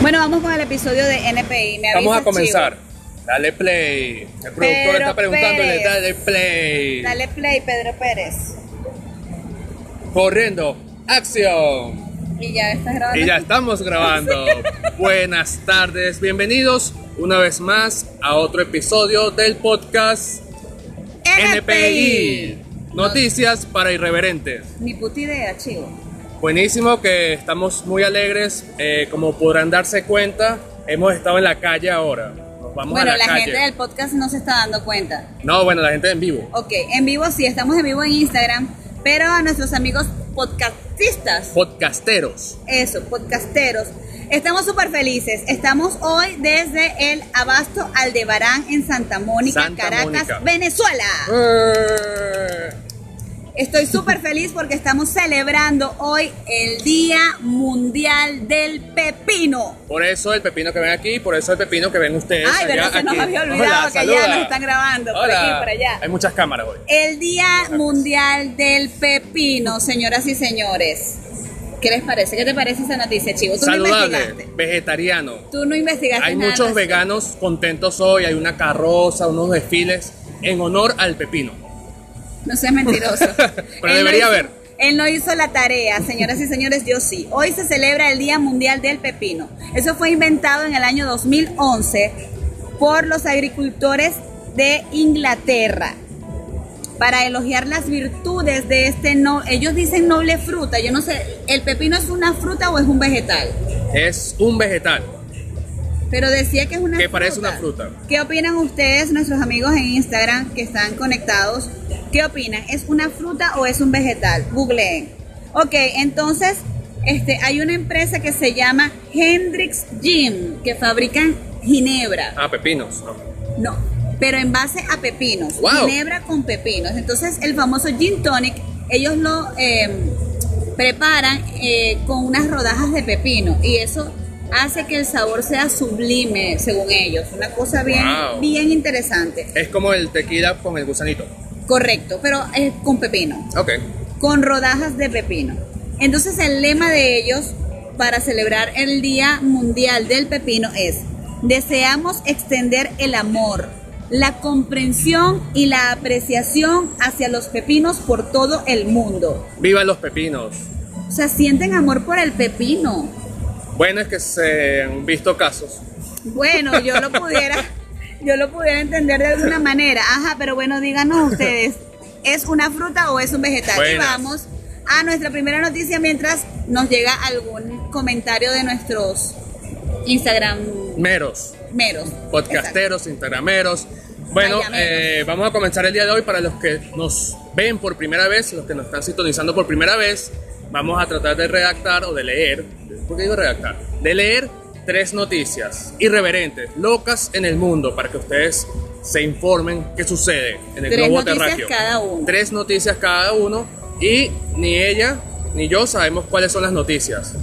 Bueno, vamos con el episodio de NPI. Me Vamos avisas, a comenzar. Chivo. Dale play. El productor Pedro está preguntándole, Pérez. dale play. Dale play, Pedro Pérez. Corriendo. Acción. Y ya estás grabando. Y ya estamos grabando. Buenas tardes, bienvenidos una vez más a otro episodio del podcast NPI. Noticias para irreverentes. Ni puta idea, chivo. Buenísimo que estamos muy alegres. eh, como podrán darse cuenta, hemos estado en la calle ahora. Nos vamos bueno, a la, la, calle. gente del podcast no se está dando cuenta. No, bueno, la gente en vivo. Ok, en vivo sí, estamos en vivo en Instagram, pero a nuestros amigos podcastistas, Podcasteros. eso, podcasteros, estamos súper felices. Estamos hoy desde el Abasto Aldebarán en Santa Mónica, Santa Caracas, Mónica. Venezuela. Eh, Estoy súper feliz porque estamos celebrando hoy el Día Mundial del Pepino. Por eso el pepino que ven aquí, por eso el pepino que ven ustedes. Ay, pero allá, se nos Eh, aquí. había olvidado Hola, que saluda. ya nos están grabando por Hola. aquí y por allá. Hay muchas cámaras hoy. El Día Mundial del Pepino, señoras y señores. ¿Qué les parece? ¿Qué te parece esa noticia, Chivo? Tú no Saludable, investigaste. vegetariano. Tú no investigaste Hay nada muchos más. veganos contentos hoy, hay una carroza, unos desfiles en honor al pepino. No seas mentiroso. Pero Él debería no hizo- haber. Él no hizo la tarea, señoras y señores, yo sí. Hoy se celebra el Día Mundial del Pepino. Eso fue inventado en el año 2011 por los agricultores de Inglaterra para elogiar las virtudes de este no, ellos dicen noble fruta. Yo no sé, el pepino es una fruta o es un vegetal. Es un vegetal. Pero decía que es una Que parece una fruta. ¿Qué opinan ustedes, nuestros amigos en Instagram que están conectados? ¿Qué opinan? ¿Es una fruta o es un vegetal? Googleen. Ok, entonces este, hay una empresa que se llama Hendrix Gym, que fabrican ginebra. Ah, pepinos. ¿no? No, pero en base a pepinos. Wow. Ginebra con pepinos. Entonces, el famoso gin tonic, ellos lo eh, preparan eh, con unas rodajas de pepino. Y eso hace que el sabor sea sublime, según ellos. Una cosa bien, Wow. bien interesante. Es como el tequila con el gusanito. Correcto, pero es con pepino Ok. con rodajas de pepino. Entonces el lema de ellos para celebrar el Día Mundial del Pepino es, deseamos extender el amor, la comprensión y la apreciación hacia los pepinos por todo el mundo. Viva los pepinos. O sea, sienten amor por el pepino. Bueno, es que se han visto casos. Bueno, yo lo pudiera, yo lo pudiera entender de alguna manera. Ajá, pero bueno, díganos ustedes, ¿es una fruta o es un vegetal? Y Buenas. vamos a nuestra primera noticia mientras nos llega algún comentario de nuestros Instagram Meros. meros. podcasteros, instagrameros. Bueno, Mayameros. eh, vamos a comenzar el día de hoy para los que nos ven por primera vez, los que nos están sintonizando por primera vez, vamos a tratar de redactar o de leer, ¿por qué digo redactar? De leer tres noticias irreverentes, locas en el mundo, para que ustedes se informen qué sucede en el Tres globo noticias terráqueo. cada uno. Tres noticias cada uno y ni ella ni yo sabemos cuáles son las noticias.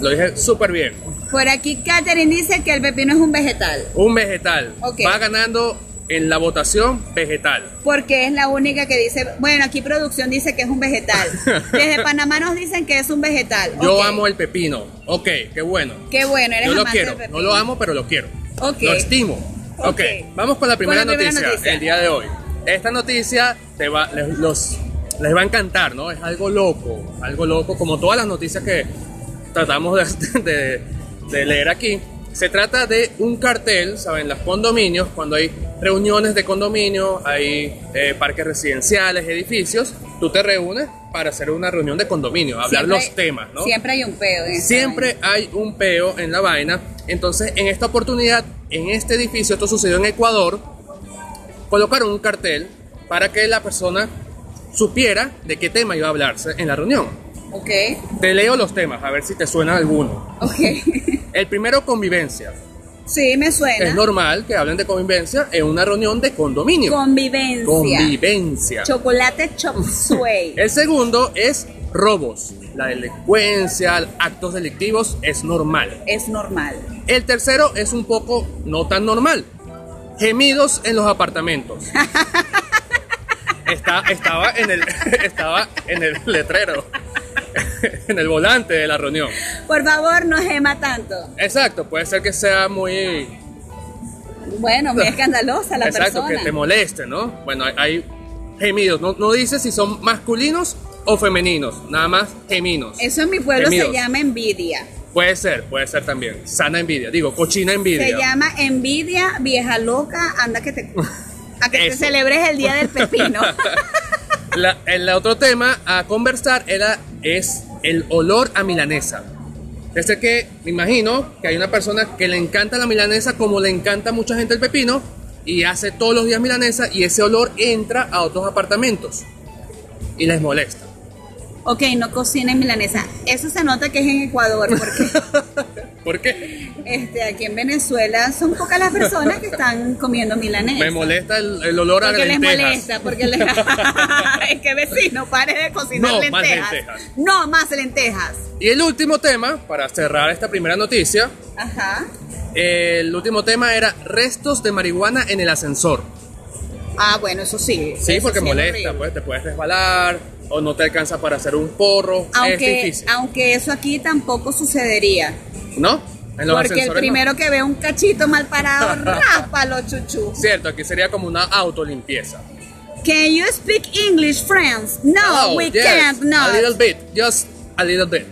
Lo dije súper bien. Exacto. Por aquí Katherine dice que el pepino es un vegetal, Un vegetal. Ok. Va ganando en la votación vegetal. porque es la única que dice, bueno, aquí producción dice que es un vegetal. Desde Panamá nos dicen que es un vegetal. Yo Ok. amo el pepino. Ok, qué bueno. Qué bueno, eres Yo lo amante quiero. del pepino. No lo amo, pero lo quiero. Ok. Lo estimo. Ok, Ok. vamos con la primera, Con la primera noticia, noticia. del día de hoy. Esta noticia te va, les, los- les va a encantar, ¿no? Es algo loco, algo loco, como todas las noticias que tratamos de, de- de leer aquí. Se trata de un cartel, ¿saben? Los condominios, cuando hay reuniones de condominio, hay eh, parques residenciales, edificios, tú te reúnes para hacer una reunión de condominio, hablar Siempre- los temas, ¿no? Siempre hay un peo. en esta Siempre hay un peo en la vaina. Entonces, en esta oportunidad, en este edificio, esto sucedió en Ecuador, colocaron un cartel para que la persona supiera de qué tema iba a hablarse en la reunión. vaina. Ok, Te leo los temas, a ver si te suena alguno. ok. El primero, convivencia. Sí, me suena. Es normal que hablen de convivencia en una reunión de condominio. Convivencia. Convivencia. Chocolate chop suey. El segundo es robos. La delincuencia, actos delictivos, es normal. es normal. El tercero es un poco no tan normal. Gemidos en los apartamentos. Está- estaba, en el, estaba en el letrero. en el volante de la reunión. Por favor, no gema tanto. Exacto, puede ser que sea muy... Bueno, muy escandalosa la Exacto, persona. que te moleste, ¿no? Bueno, hay, hay gemidos. No, no dice si son masculinos o femeninos, nada más geminos. Eso en mi pueblo Gemidos. se llama envidia. Puede ser, puede ser también. Sana envidia, digo, cochina envidia. Se llama envidia, vieja loca, anda que te... A que te Eso. celebres el día del pepino. La- el otro tema a conversar era, es el olor a milanesa. Desde que me imagino que hay una persona que le encanta la milanesa como le encanta a mucha gente el pepino y hace todos los días milanesa y ese olor entra a otros apartamentos y les molesta. ok, no cocinen milanesa. Eso se nota que es en Ecuador, porque ¿Por qué? este, aquí en Venezuela son pocas las personas que están comiendo milanesa. Me molesta el, el olor a Porque les lentejas. molesta, porque les... es que vecino, pare de cocinar No, más lentejas. lentejas. No más lentejas. Y el último tema, para cerrar esta primera noticia, Ajá. el último tema era restos de marihuana en el ascensor. Ah, bueno, eso sí. Sí, Eso porque es molesta, horrible. pues te puedes resbalar o no te alcanza para hacer un porro. es Aunque, difícil. aunque eso aquí tampoco sucedería. ¿No? En porque los el ascensores no. primero que ve un cachito mal parado, rápalo, chuchu. Cierto, aquí sería como una autolimpieza. Can you speak English, friends? No, Oh, we yes, can't, A little no. bit, just a little bit.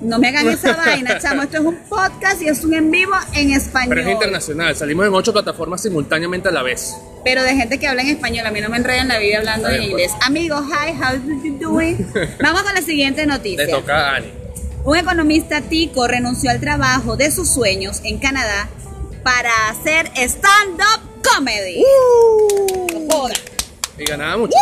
No me hagan esa vaina, chamo. Esto es un podcast y es un en vivo en español. Pero es internacional, salimos en ocho plataformas simultáneamente a la vez. Pero de gente que habla en español. A mí no me enreda en la vida hablando Está en bien, pues. inglés. Amigos, hi, how you doing? Vamos con la siguiente noticia. Le toca a Ani. Un economista tico renunció al trabajo de sus sueños en Canadá para hacer stand-up comedy. Uh. Joda. Y ganaba mucho.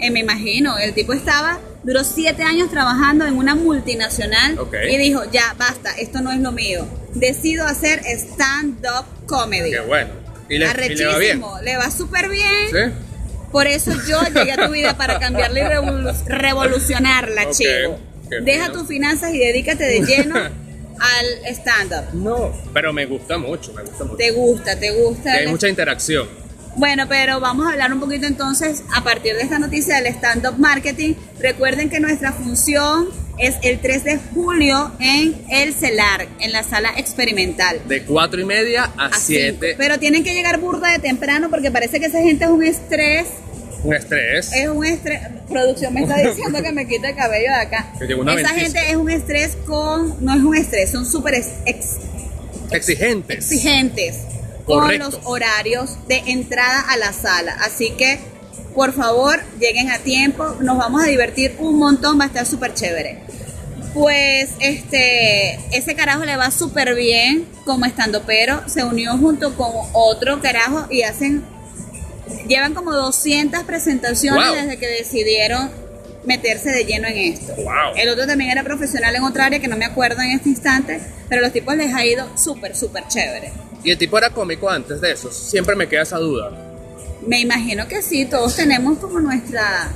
Eh, me imagino, el tipo estaba, duró siete años trabajando en una multinacional Ok. y dijo, ya, basta, esto no es lo mío. Decido hacer stand-up comedy. Qué bueno. Y le, y le va bien. Arrechísimo, le va súper bien. ¿Sí? Por eso yo llegué a tu vida para cambiarla y revolu- revolucionarla, Ok, chico. qué Deja fino. tus finanzas y dedícate de lleno al stand-up. No. Pero me gusta mucho, me gusta mucho. Te gusta, te gusta. Que hay el- mucha interacción. Bueno, pero vamos a hablar un poquito entonces a partir de esta noticia del stand-up marketing. Recuerden que nuestra función es el 3 de julio en el CELAR, en la sala experimental. De cuatro y media a, A cinco. siete, Pero tienen que llegar burda de temprano porque parece que esa gente es un estrés. un estrés. Es un estrés. Producción me está diciendo que me quite el cabello de acá. Que llegó una Esa ventisca. gente es un estrés con. No es un estrés, son súper ex- Exigentes. exigentes con Correcto. los horarios de entrada a la sala. Así que, por favor, lleguen a tiempo. Nos vamos a divertir un montón, va a estar súper chévere. Pues este, ese carajo le va súper bien como estando, pero se unió junto con otro carajo y hacen Llevan como 200 presentaciones Wow. desde que decidieron meterse de lleno en esto. Wow. El otro también era profesional en otra área que no me acuerdo en este instante, pero a los tipos les ha ido súper, súper chévere. Y el tipo era cómico antes de eso. Siempre me queda esa duda. Me imagino que sí, todos tenemos como nuestra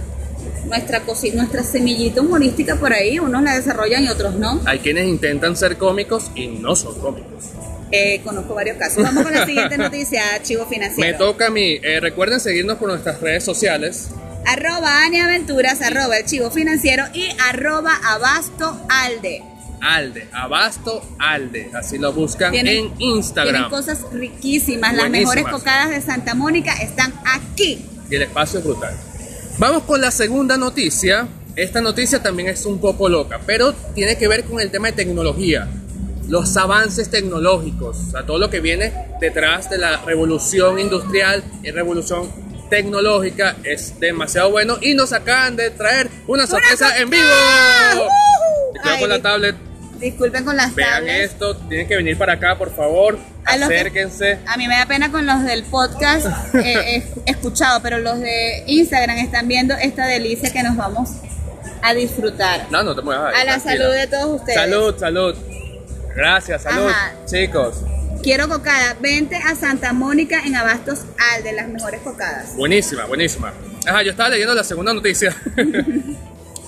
nuestra cosi- nuestra semillita humorística por ahí, unos la desarrollan y otros no. Hay quienes intentan ser cómicos y no son cómicos. Eh, conozco varios casos. Vamos con la siguiente noticia, archivo Me financiero. toca a mí. Eh, recuerden seguirnos por nuestras redes sociales. Arroba Ani Aventuras, arroba archivo financiero y arroba abasto alde. Alde, Abasto Alde. Así lo buscan Tienen- en Tienen Instagram. cosas riquísimas. Las Buenísimas. mejores cocadas de Santa Mónica están aquí. Y el espacio es brutal. Vamos con la segunda noticia. Esta noticia también es un poco loca, pero tiene que ver con el tema de tecnología, los avances tecnológicos, o sea, todo lo que viene detrás de la revolución industrial y revolución tecnológica es demasiado bueno y nos acaban de traer una sorpresa sor- en vivo. ¡Ah! ¡Woohoo! Te quedo Ay, con la di- tablet. Disculpen con las Vean tablets. esto, tienen que venir para acá, por favor. A los que- Acérquense. A mí me da pena con los del podcast eh, eh, escuchado, pero los de Instagram están viendo esta delicia que nos vamos a disfrutar. No, no te muevas. ahí, A la tranquila. salud de todos ustedes. Salud, salud. Gracias, salud. Ajá. Chicos, Quiero cocada. Vente a Santa Mónica en Abastos Al de las mejores cocadas. buenísima, buenísima. Ajá, yo estaba leyendo la segunda noticia.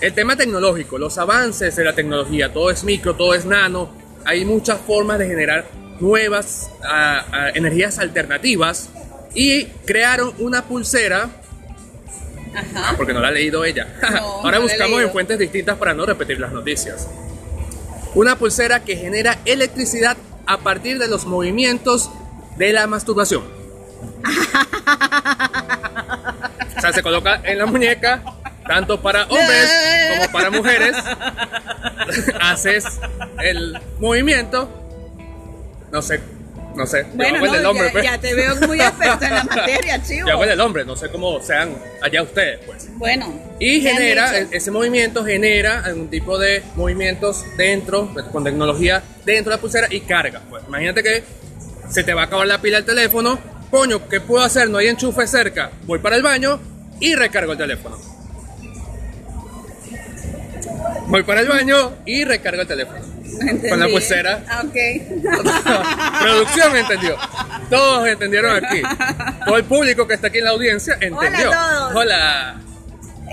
El tema tecnológico, los avances de la tecnología, todo es micro, todo es nano. Hay muchas formas de generar nuevas ah, ah, energías alternativas y crearon una pulsera Ajá. porque no la ha leído ella. Ahora no la he buscamos en leído. fuentes distintas para no repetir las noticias. Una pulsera que genera electricidad a partir de los movimientos de la masturbación. o sea, se coloca en la muñeca, tanto para hombres como para mujeres. Haces el movimiento. No sé, no sé. Yo Bueno, hago el no, del hombre, ya, pues. ya te veo muy experto en la materia, chivo. Yo hago el del hombre, no sé cómo sean allá ustedes, pues. Bueno. Y ¿qué han genera, hecho? e- ese movimiento genera algún tipo de movimientos dentro, pues, con tecnología dentro de la pulsera y carga. Pues imagínate que se te va a acabar la pila del teléfono, coño, ¿qué puedo hacer? No hay enchufe cerca, voy para el baño y recargo el teléfono. Voy para el baño y recargo el teléfono. Entendí. con la pulsera. Ah, Ok. Producción entendió. Todos entendieron aquí. Todo el público que está aquí en la audiencia entendió. a todos. Hola.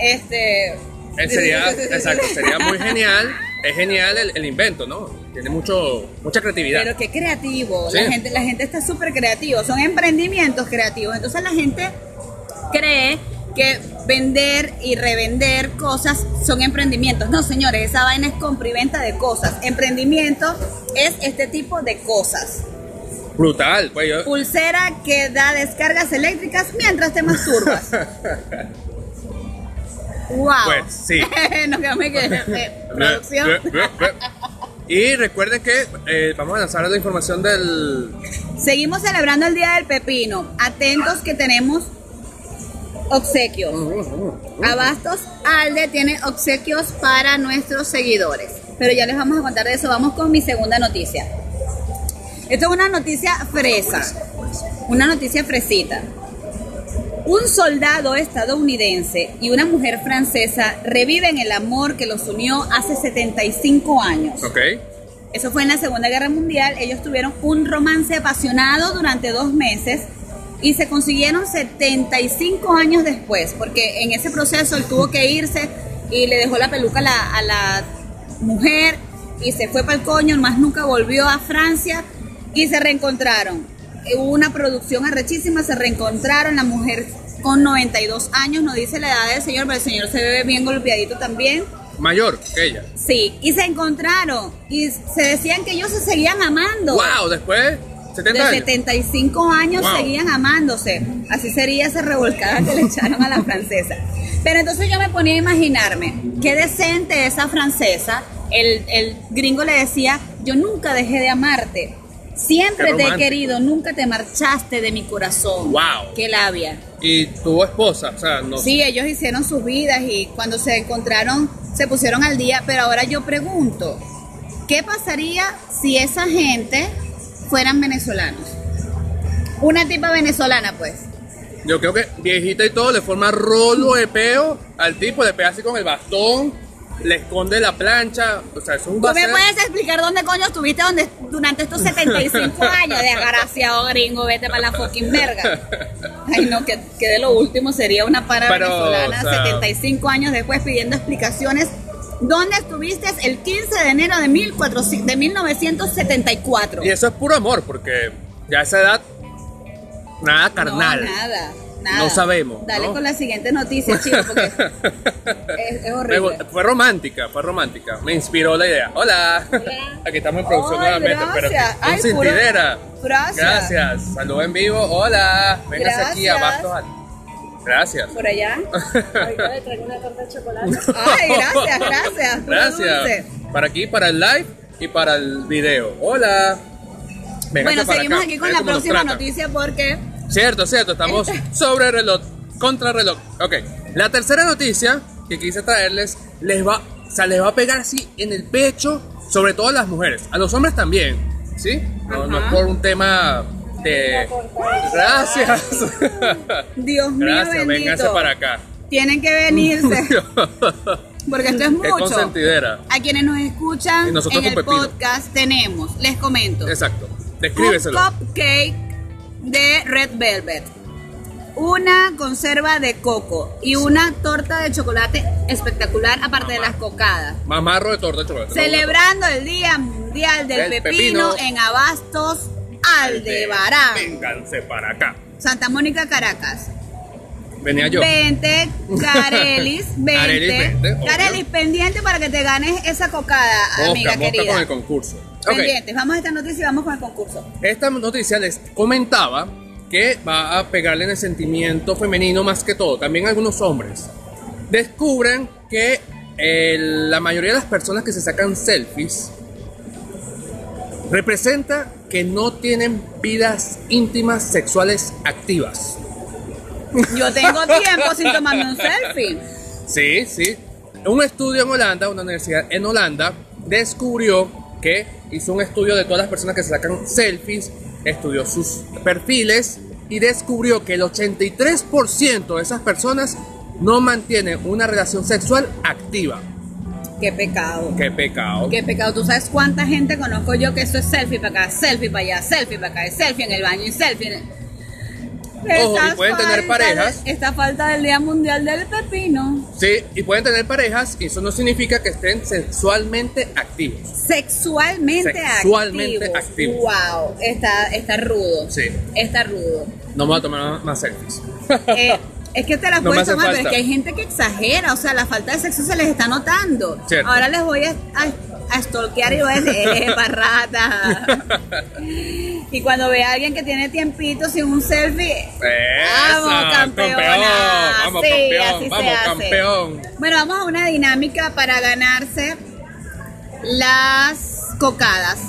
Este. Eh, Sería, exacto, sería muy genial. Es genial el, el invento, ¿no? Tiene mucho, mucha creatividad. Pero qué creativo. Sí. La, gente, la gente está súper creativa. Son emprendimientos creativos. Entonces la gente cree que vender y revender cosas son emprendimientos. No, señores, esa vaina es compra y venta de cosas. Emprendimiento es este tipo de cosas. Brutal. Pues yo- Pulsera que da descargas eléctricas mientras te masturbas. wow. Pues, sí. no que me quedé. eh, Producción. y recuerden que eh, vamos a lanzar la información del... Seguimos celebrando el Día del Pepino. Atentos que tenemos obsequios. Abastos Alde tiene obsequios para nuestros seguidores. Pero ya les vamos a contar de eso. Vamos con mi segunda noticia. Esto es una noticia fresa. Una noticia fresita. Un soldado estadounidense y una mujer francesa reviven el amor que los unió hace 75 años. Ok. Eso fue en la Segunda Guerra Mundial. Ellos tuvieron un romance apasionado durante dos meses y se consiguieron 75 años después, porque en ese proceso él tuvo que irse y le dejó la peluca a la, a la mujer y se fue para el coño, más nunca volvió a Francia y se reencontraron. Eh, Hubo una producción arrechísima, se reencontraron, la mujer con 92 años, no dice la edad del señor, pero el señor se ve bien golpeadito también. Mayor que ella. Sí, y se encontraron y se decían que ellos se seguían amando. ¡Wow! Después, 70 De años. 75 años Wow. seguían amándose. Así sería esa revolcada que le echaron a la francesa. Pero entonces yo me ponía a imaginarme, qué decente esa francesa. El, el gringo le decía, yo nunca dejé de amarte. Qué Siempre te he romántico. querido, nunca te marchaste de mi corazón. Wow. Qué labia. Y tuvo esposa, o sea, no... Sí, ellos hicieron sus vidas y cuando se encontraron se pusieron al día, pero ahora yo pregunto, ¿qué pasaría si esa gente fueran venezolanos? Una tipa venezolana, pues. Yo creo que viejita y todo le forma rolo de peo al tipo, le pega así con el bastón, le esconde la plancha, o sea, eso es un ¿Tú me vacío. puedes explicar dónde coño estuviste donde, durante estos 75 años? Desgraciado gringo, vete para la fucking verga. Ay, no, que, que de lo último sería una para Pero, venezolana o sea- 75 años después pidiendo explicaciones. ¿Dónde estuviste el 15 de enero de, 1400 de 1974? Y eso es puro amor, porque ya a esa edad, nada carnal. No, nada, nada. No sabemos, Dale ¿no? con la siguiente noticia, chico, porque es, es Me horrible. gu- fue romántica, fue romántica. Me inspiró la idea. Hola. Aquí estamos en producción Ay, nuevamente. Pero gracias. con Ay, puro- sintidera. gracias. Gracias. Saludos en vivo. Hola. Véngase aquí a Gracias. Bastos. Al- Gracias. Por allá. Ahorita le traigo una torta de chocolate. Ay, gracias, gracias, puro dulce. gracias. Para aquí, para el live y para el video. Hola. Véngase bueno, para seguimos acá. aquí con Mira la cómo nos próxima tratan. noticia porque Cierto, cierto, estamos sobre reloj, contra reloj. Ok, la tercera noticia que quise traerles les va, o sea, les va a pegar así en el pecho, sobre todo a las mujeres, a los hombres también, ¿sí? No, no Ajá. por un tema de... Gracias. Dios mío Gracias, bendito. vénganse para acá. Tienen que venirse porque esto es Qué mucho. consentidera. A quienes nos Y escuchan nosotros en con el pepino. podcast tenemos, les comento, Exacto, un descríbeselo. cupcake de Red Velvet, una conserva de coco y una torta de chocolate espectacular aparte de las cocadas. Mamarro de torta de chocolate. Celebrando el Día Mundial del Del pepino, Pepino. en Abastos de Aldebarán, Vénganse para acá. Santa Mónica, Caracas. Venía Ah, yo. Vente, Carelis, vente. Carelis, vente, obvio. Carelis, pendiente para que te ganes esa cocada, amiga Mosca, mosca querida. con el concurso. Ok, Pendientes, vamos a esta noticia y vamos con el concurso. esta noticia les comentaba que va a pegarle en el sentimiento femenino más que todo. También algunos hombres descubren que eh, la mayoría de las personas que se sacan selfies representa que no tienen vidas íntimas sexuales activas. Yo tengo tiempo sin tomarme un selfie. Sí, sí. Un estudio en Holanda, una universidad en Holanda, descubrió que hizo un estudio de todas las personas que se sacan selfies, estudió sus perfiles y descubrió que el 83% de esas personas no mantienen una relación sexual activa. Qué pecado. ¡Qué pecado! Qué pecado. Tú sabes cuánta gente conozco yo que eso es selfie para acá, selfie para allá, selfie para acá, y selfie en el baño y selfie en el... Ojo, y Esta pueden tener falta parejas. de- esta falta del Día Mundial del Pepino. Sí, y pueden tener parejas y eso no significa que estén sexualmente activos. Sexualmente, Sexualmente activos. Wow, está, está rudo. Sí. Está rudo. No me voy a tomar más selfies. Eh, es que te la No me puedes hace tomar, pero falta. es que hay gente que exagera, o sea, la falta de sexo se les está notando. Cierto. Ahora les voy a, a, a stalkear y voy a decir, "Eh, barrata". y cuando ve a alguien que tiene tiempito sin un selfie, Eso, ¡vamos, campeona! campeón, vamos, Sí, campeón, así se vamos, hace. campeón. Bueno, vamos a una dinámica para ganarse las cocadas.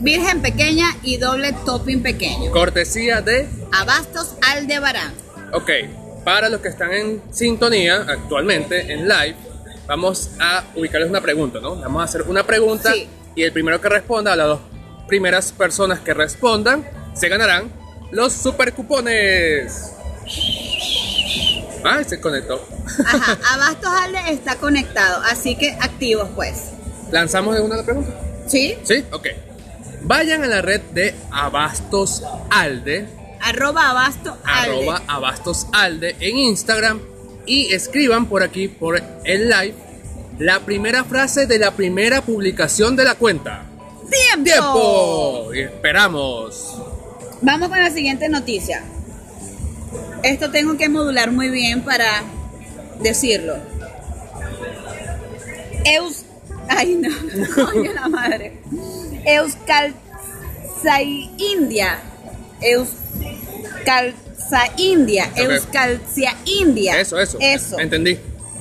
Virgen pequeña y doble topping pequeño. Cortesía de Abastos Aldebarán. Ok, para los que están en sintonía actualmente, en live, vamos a ubicarles una pregunta, ¿no? Vamos a hacer una pregunta Sí. y el primero que responda, a las dos primeras personas que respondan, se ganarán los super cupones. Ah, se conectó. Ajá, Abastos Alde está conectado, así que activos pues. ¿Lanzamos de una la pregunta? ¿Sí? ¿Sí? Ok. Vayan a la red de Abastos Alde, Arroba Abasto Alde. arroba Abastos Alde en Instagram y escriban por aquí, por el live, la primera frase de la primera publicación de la cuenta. ¡Tiempo! ¡Tiempo! Y esperamos. Vamos con la siguiente noticia. Esto tengo que modular muy bien para decirlo. Eus... Ay, no. Coño, la madre. Euskalzai India. Euskalza India. Euskalcia India. Eso, eso. Eso. Entendí.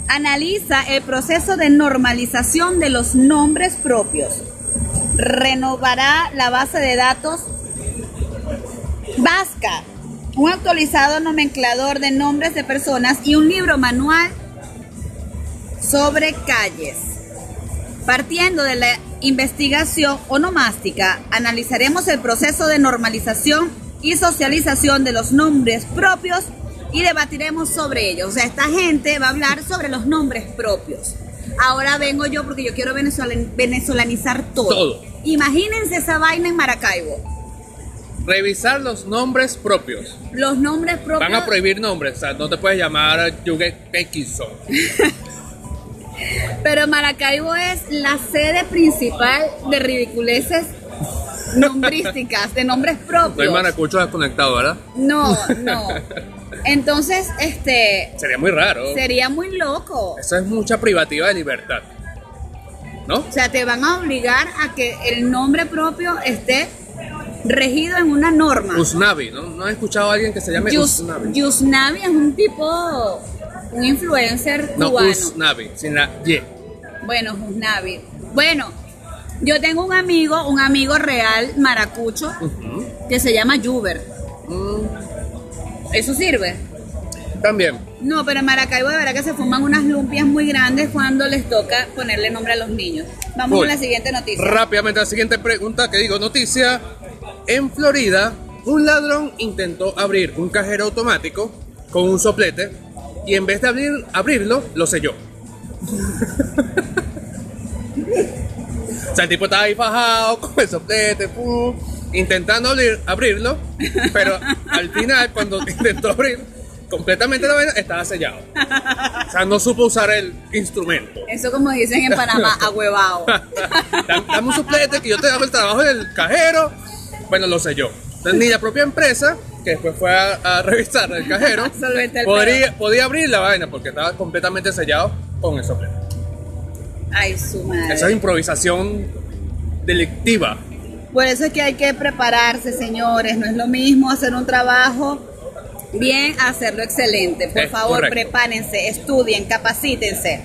Analiza el proceso de normalización de los nombres propios. Renovará la base de datos Vasca, un actualizado nomenclador de nombres de personas y un libro manual sobre calles. Partiendo de la investigación onomástica, analizaremos el proceso de normalización y socialización de los nombres propios y debatiremos sobre ellos. O sea, esta gente va a hablar sobre los nombres propios. Ahora vengo yo porque yo quiero venezolan- venezolanizar todo. Todo. Imagínense esa vaina en Maracaibo. Revisar los nombres propios. Los nombres propios. Van a prohibir nombres. O sea, no te puedes llamar Yuge Pekinson. Pero Maracaibo es la sede principal de ridiculeces nombrísticas, de nombres Estoy propios. maracucho desconectado, ¿verdad? no, no. Entonces, este Sería muy raro. sería muy loco. Eso es mucha privativa de libertad. ¿No? O sea, te van a obligar a que el nombre propio esté regido en una norma. Usnavi, ¿no? ¿No has escuchado a alguien que se llame Yus- Usnavi? Yusnavi es un tipo, un influencer No, cubano. Usnavi, sin la Y. Bueno, Jusnavi. Bueno, yo tengo un amigo, un amigo real maracucho, que se llama Juber. ¿Eso sirve? También. No, pero en Maracaibo de verdad que se fuman unas lumpias muy grandes cuando les toca ponerle nombre a los niños. Vamos Full. con la siguiente noticia. Rápidamente la siguiente pregunta que digo noticia. En Florida, un ladrón intentó abrir un cajero automático con un soplete y en vez de abrir, abrirlo, lo selló. o sea, el tipo estaba ahí fajado con el soplete, pum, intentando abrir- abrirlo, pero al final cuando intentó abrir completamente la vaina, estaba sellado. O sea, no supo usar el instrumento. Eso como dicen en Panamá, ahuevao. Dam- Dame un suplete que yo te hago el trabajo del cajero. Bueno, lo sé yo. Entonces, ni la propia empresa que después fue a, a revisar el cajero, Solvente el podría, podía abrir la vaina porque estaba completamente sellado con el soplete. Ay, su madre. Esa es improvisación delictiva. Por eso es que hay que prepararse, señores. No es lo mismo hacer un trabajo bien, a hacerlo excelente. Por Es favor, correcto. prepárense, estudien, capacítense.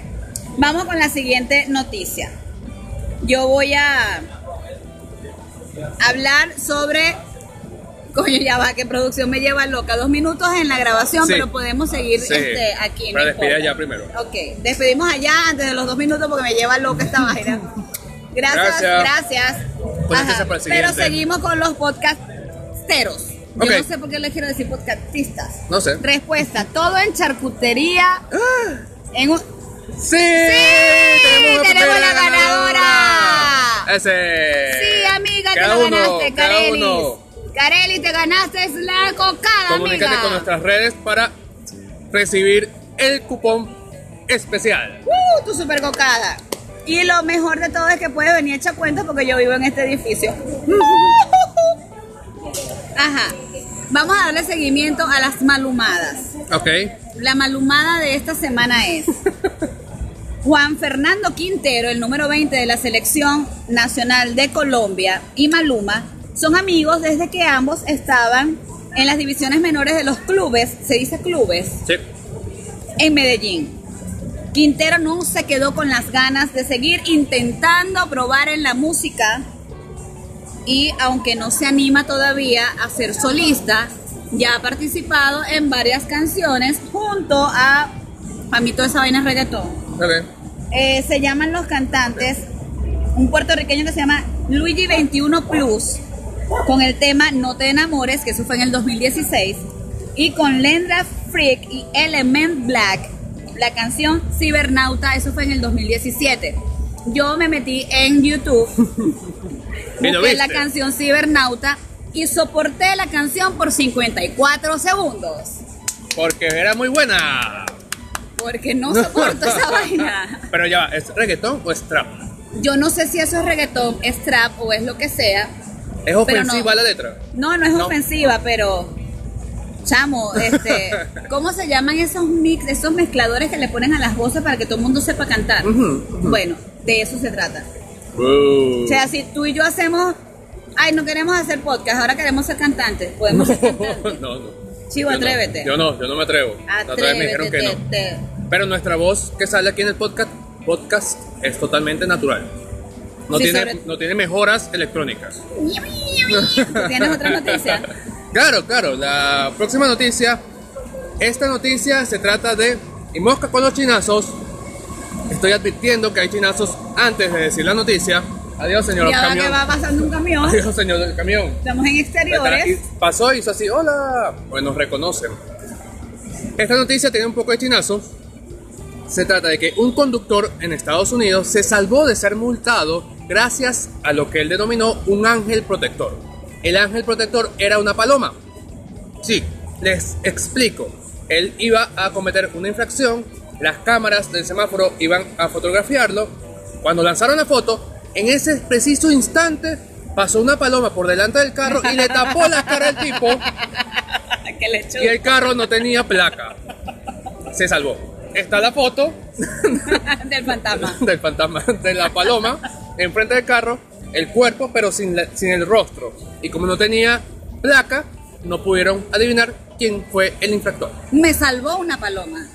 Vamos con la siguiente noticia. Yo voy a hablar sobre. Coño, ya va, que producción me lleva loca. Dos minutos en la grabación, Sí. pero podemos seguir Sí. este, aquí. Pero no despide importa. allá primero. Ok, despedimos allá antes de los dos minutos porque me lleva loca esta vaina. Gracias, Gracias. gracias. Conéctese Ajá, para el Pero siguiente. seguimos con los podcasteros. Yo Ok. no sé por qué les quiero decir podcastistas. No sé. ¡Ah! Respuesta, todo en charcutería. En un- ¡Sí! ¡Tenemos, ¡Tenemos una la primera ganadora! ¡Ese! Sí, amiga, te Eh, Cada lo uno, ganaste, cada Carelis. uno. Careli, te ganaste la cocada, Comunícate amiga. con nuestras redes para recibir el cupón especial. ¡Uh, tu super cocada! Y lo mejor de todo es que puedes venir hecha cuenta porque yo vivo en este edificio. Ajá. Vamos a darle seguimiento a las malumadas. Ok. La malumada de esta semana es Juan Fernando Quintero, el número 20 de la selección nacional de Colombia, y Maluma son amigos desde que ambos estaban en las divisiones menores de los clubes, se dice clubes, Sí. en Medellín. Quintero no se quedó con las ganas de seguir intentando probar en la música y aunque no se anima todavía a ser solista, ya ha participado en varias canciones junto a Pamito de Sabina Reggaetón. Ok. Eh, se llaman los cantantes un puertorriqueño que se llama Luigi 21 Plus con el tema No te enamores, que eso fue en el 2016, y con Lendra Freak y Element Black, la canción Cibernauta, eso fue en el 2017. Yo me metí en YouTube, ¿Y lo busqué la viste? canción Cibernauta y soporté la canción por 54 segundos, Porque era muy buena. porque no soporto esa vaina. Pero ya, va, ¿es reggaetón o es trap? Yo no sé si eso es reggaetón, es trap o es lo que sea, ¿Es ofensiva la letra? No, no es No. ofensiva, pero chamo, este, ¿cómo se llaman esos mix, esos mezcladores que le ponen a las voces para que todo el mundo sepa cantar? Ujú, Bueno, de eso se trata. Uh. O sea, si tú y yo hacemos, ay, no queremos hacer podcast, ahora queremos ser cantantes, podemos ser cantantes. no, no. Chivo, Yo no, atrévete. Yo no, yo no me atrevo. La otra vez me dijeron que Atrévete. no. te- Pero nuestra voz que sale aquí en el podcast, podcast es totalmente natural. No, Sí, tiene, sobre- no tiene mejoras electrónicas. te- ¿Tienes otra noticia? Claro, claro. La próxima noticia. Esta noticia se trata de. Y mosca con los chinazos. Estoy advirtiendo que hay chinazos antes de decir la noticia. Adiós, señor Ya va que camión. va pasando un camión. Adiós, señor del camión. Estamos en exteriores. Y pasó y hizo así, hola. Pues nos reconocen. Esta noticia tiene un poco de chinazo. Se trata de que un conductor en Estados Unidos se salvó de ser multado gracias a lo que él denominó un ángel protector. El ángel protector era una paloma. Sí, les explico. Él iba a cometer una infracción, las cámaras del semáforo iban a fotografiarlo. Cuando lanzaron la foto, en ese preciso instante pasó una paloma por delante del carro y le tapó la cara al tipo que le chupa. y el carro no tenía placa. Se salvó. Está la foto del fantasma. del fantasma, de la paloma, enfrente del carro, el cuerpo, pero sin, la- sin el rostro. Y como no tenía placa, no pudieron adivinar quién fue el infractor. Me salvó una paloma.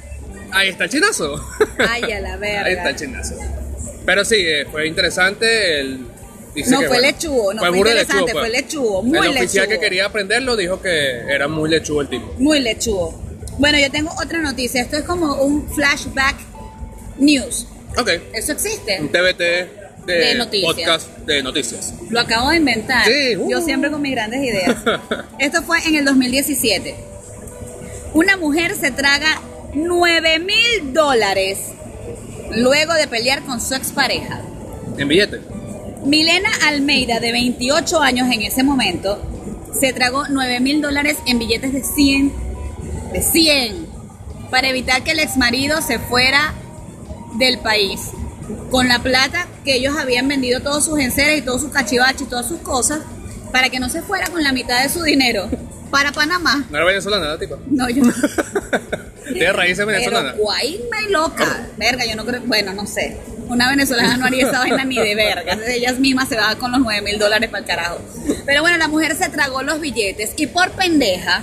Ahí está el chinazo. Ay, a la verga. Ahí está el chinazo. Pero sí, eh, fue interesante. El, dice No, que, fue lechugo, no fue burda de interesante, fue lechugo, muy pues. El oficial lechugo. que quería aprenderlo dijo que era muy lechugo el tipo. Muy lechugo. Bueno, yo tengo otra noticia. Esto es como un flashback news. Ok, Eso un existe. TBT de, De noticias. podcast de noticias. Lo acabo de inventar. Sí, uh. Yo siempre con mis grandes ideas. Esto fue en el 2017. Una mujer se traga 9 mil dólares luego de pelear con su expareja. En billete. Milena Almeida, de 28 años en ese momento, se tragó 9 mil dólares en billetes de 100, de 100, para evitar que el exmarido se fuera del país. Con la plata que ellos habían vendido todos sus enseres y todos sus cachivaches y todas sus cosas, para que no se fuera con la mitad de su dinero. para Panamá. No era venezolana la tipa. No, yo no. Tiene raíces venezolanas. Pero guay, me loca. Verga, yo no creo. Bueno, no sé. Una venezolana no haría esa vaina ni de verga. Ellas mismas se van con los 9 mil dólares para el carajo. Pero bueno, la mujer se tragó los billetes y por pendeja,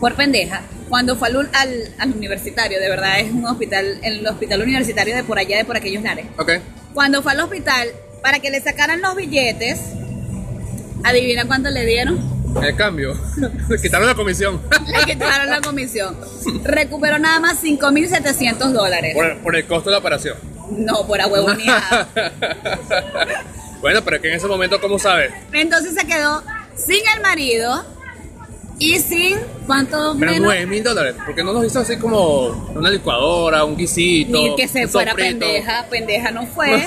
por pendeja, cuando fue al, un- al, al universitario, de verdad es un hospital, el hospital universitario de por allá, de por aquellos lares. Ok. Cuando fue al hospital, para que le sacaran los billetes, adivina cuánto le dieron. El cambio. Quitaron la comisión. Le quitaron la comisión. Recuperó nada más 5.700 dólares. Por, por el costo de la operación. No, por huevoneada. bueno, pero es que en ese momento, ¿cómo sabes? Entonces se quedó sin el marido y sin cuánto Pero menos. 9 mil dólares. ¿Por qué no nos hizo así como una licuadora, un guisito? Ni que se un fuera sofrito? pendeja, ¿eh? pendeja no fue.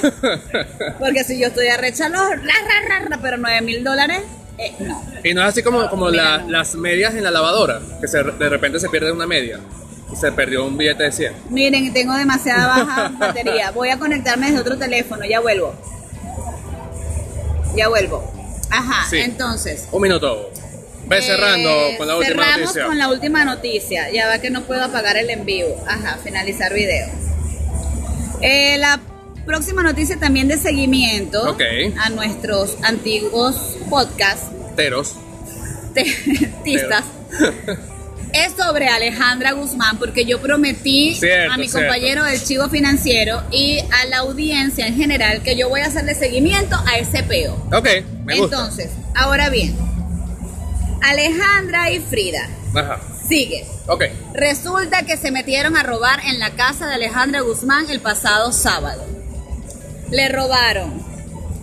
Porque si yo estoy arrecha, los ra, ra, ra, ra, pero 9 mil dólares, eh, no. y no es así como, como Mira, la- no. las medias en la lavadora, que se- de repente se pierde una media y se perdió un billete de 100. Miren, tengo demasiada baja batería. Voy a conectarme desde otro teléfono, ya vuelvo. Ya vuelvo. Ajá, Sí. entonces. Un minuto. Ve Eh, cerrando con la última cerramos noticia. con la última noticia. Ya va que no puedo apagar el en vivo. Ajá, finalizar video. Eh, la próxima noticia también de seguimiento Ok. a nuestros antiguos podcasts Teros. te- tistas. Es sobre Alejandra Guzmán, porque yo prometí Cierto, a mi cierto. compañero del Chivo Financiero y a la audiencia en general que yo voy a hacerle seguimiento a ese peo. Ok, me gusta. Entonces, ahora bien, Alejandra y Frida, Ajá. sigue. Ok. Resulta que se metieron a robar en la casa de Alejandra Guzmán el pasado sábado. Le robaron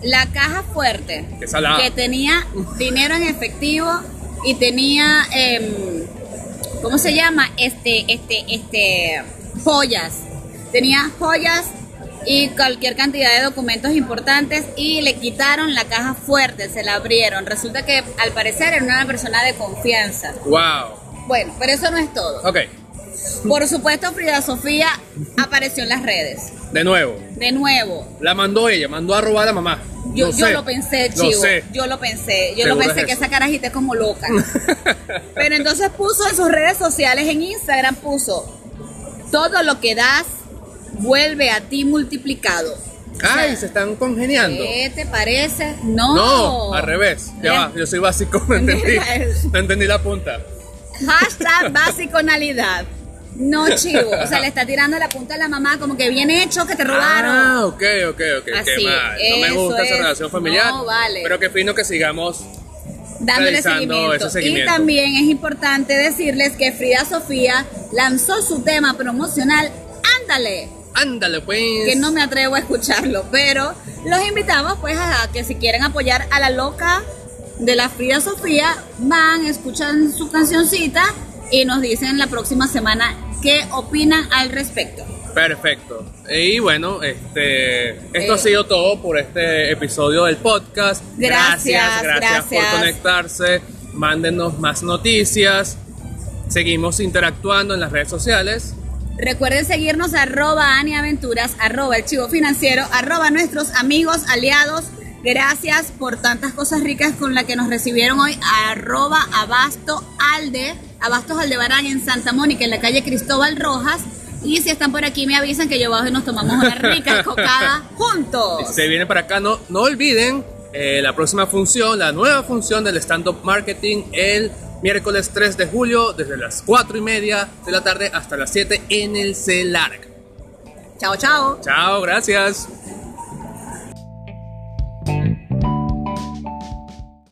la caja fuerte Qué salada. que tenía dinero en efectivo y tenía, em, ¿cómo se llama? Este, este, este, joyas. Tenía joyas y cualquier cantidad de documentos importantes y le quitaron la caja fuerte, se la abrieron. Resulta que al parecer era una persona de confianza. Wow. Bueno, pero eso no es todo. Ok. Por supuesto, Frida Sofía apareció en las redes. De nuevo. De nuevo. La mandó ella, mandó a robar a la mamá. Yo, no yo sé. lo pensé, No chivo. sé. Yo lo pensé. Yo lo Seguro pensé es que eso. esa carajita es como loca. Pero entonces puso en sus redes sociales, en Instagram, puso todo lo que das vuelve a ti multiplicado. Ay, se están congeniando. ¿Qué te parece? No. No, al revés. Ya va, yo soy básico, no entendí. Mira eso. No entendí la punta. Hashtag basiconalidad. No, chivo. O sea, le está tirando la punta a la mamá como que bien hecho que te robaron. Ah, ok, ok, ok. Así, Qué mal. No me eso gusta esa es. relación familiar. No, vale. Pero qué fino que sigamos. dándole realizando seguimiento. ese seguimiento. Y también es importante decirles que Frida Sofía lanzó su tema promocional, Ándale, Ándale, pues. que no me atrevo a escucharlo, pero los invitamos pues a que si quieren apoyar a la loca de la Frida Sofía, van, escuchan su cancioncita y nos dicen la próxima semana qué opinan al respecto. Perfecto. Y bueno, este, esto Eh. ha sido todo por este episodio del podcast. Gracias, gracias, gracias gracias. por conectarse. Mándenos más noticias. Seguimos interactuando en las redes sociales. Recuerden seguirnos arroba Ani Aventuras, arroba el chivo financiero, arroba nuestros amigos, aliados. Gracias por tantas cosas ricas con las que nos recibieron hoy. Arroba Abasto Alde, Abastos Aldebarán en Santa Mónica, en la calle Cristóbal Rojas. Y si están por aquí me avisan que yo bajo y nos tomamos una rica cocada Si juntos. se vienen para acá, no, no olviden eh, la próxima función, la nueva función del stand-up marketing el miércoles 3 de julio desde las 4 y media de la tarde hasta las 7 en el CELARC. Chao, chao. Chao, gracias.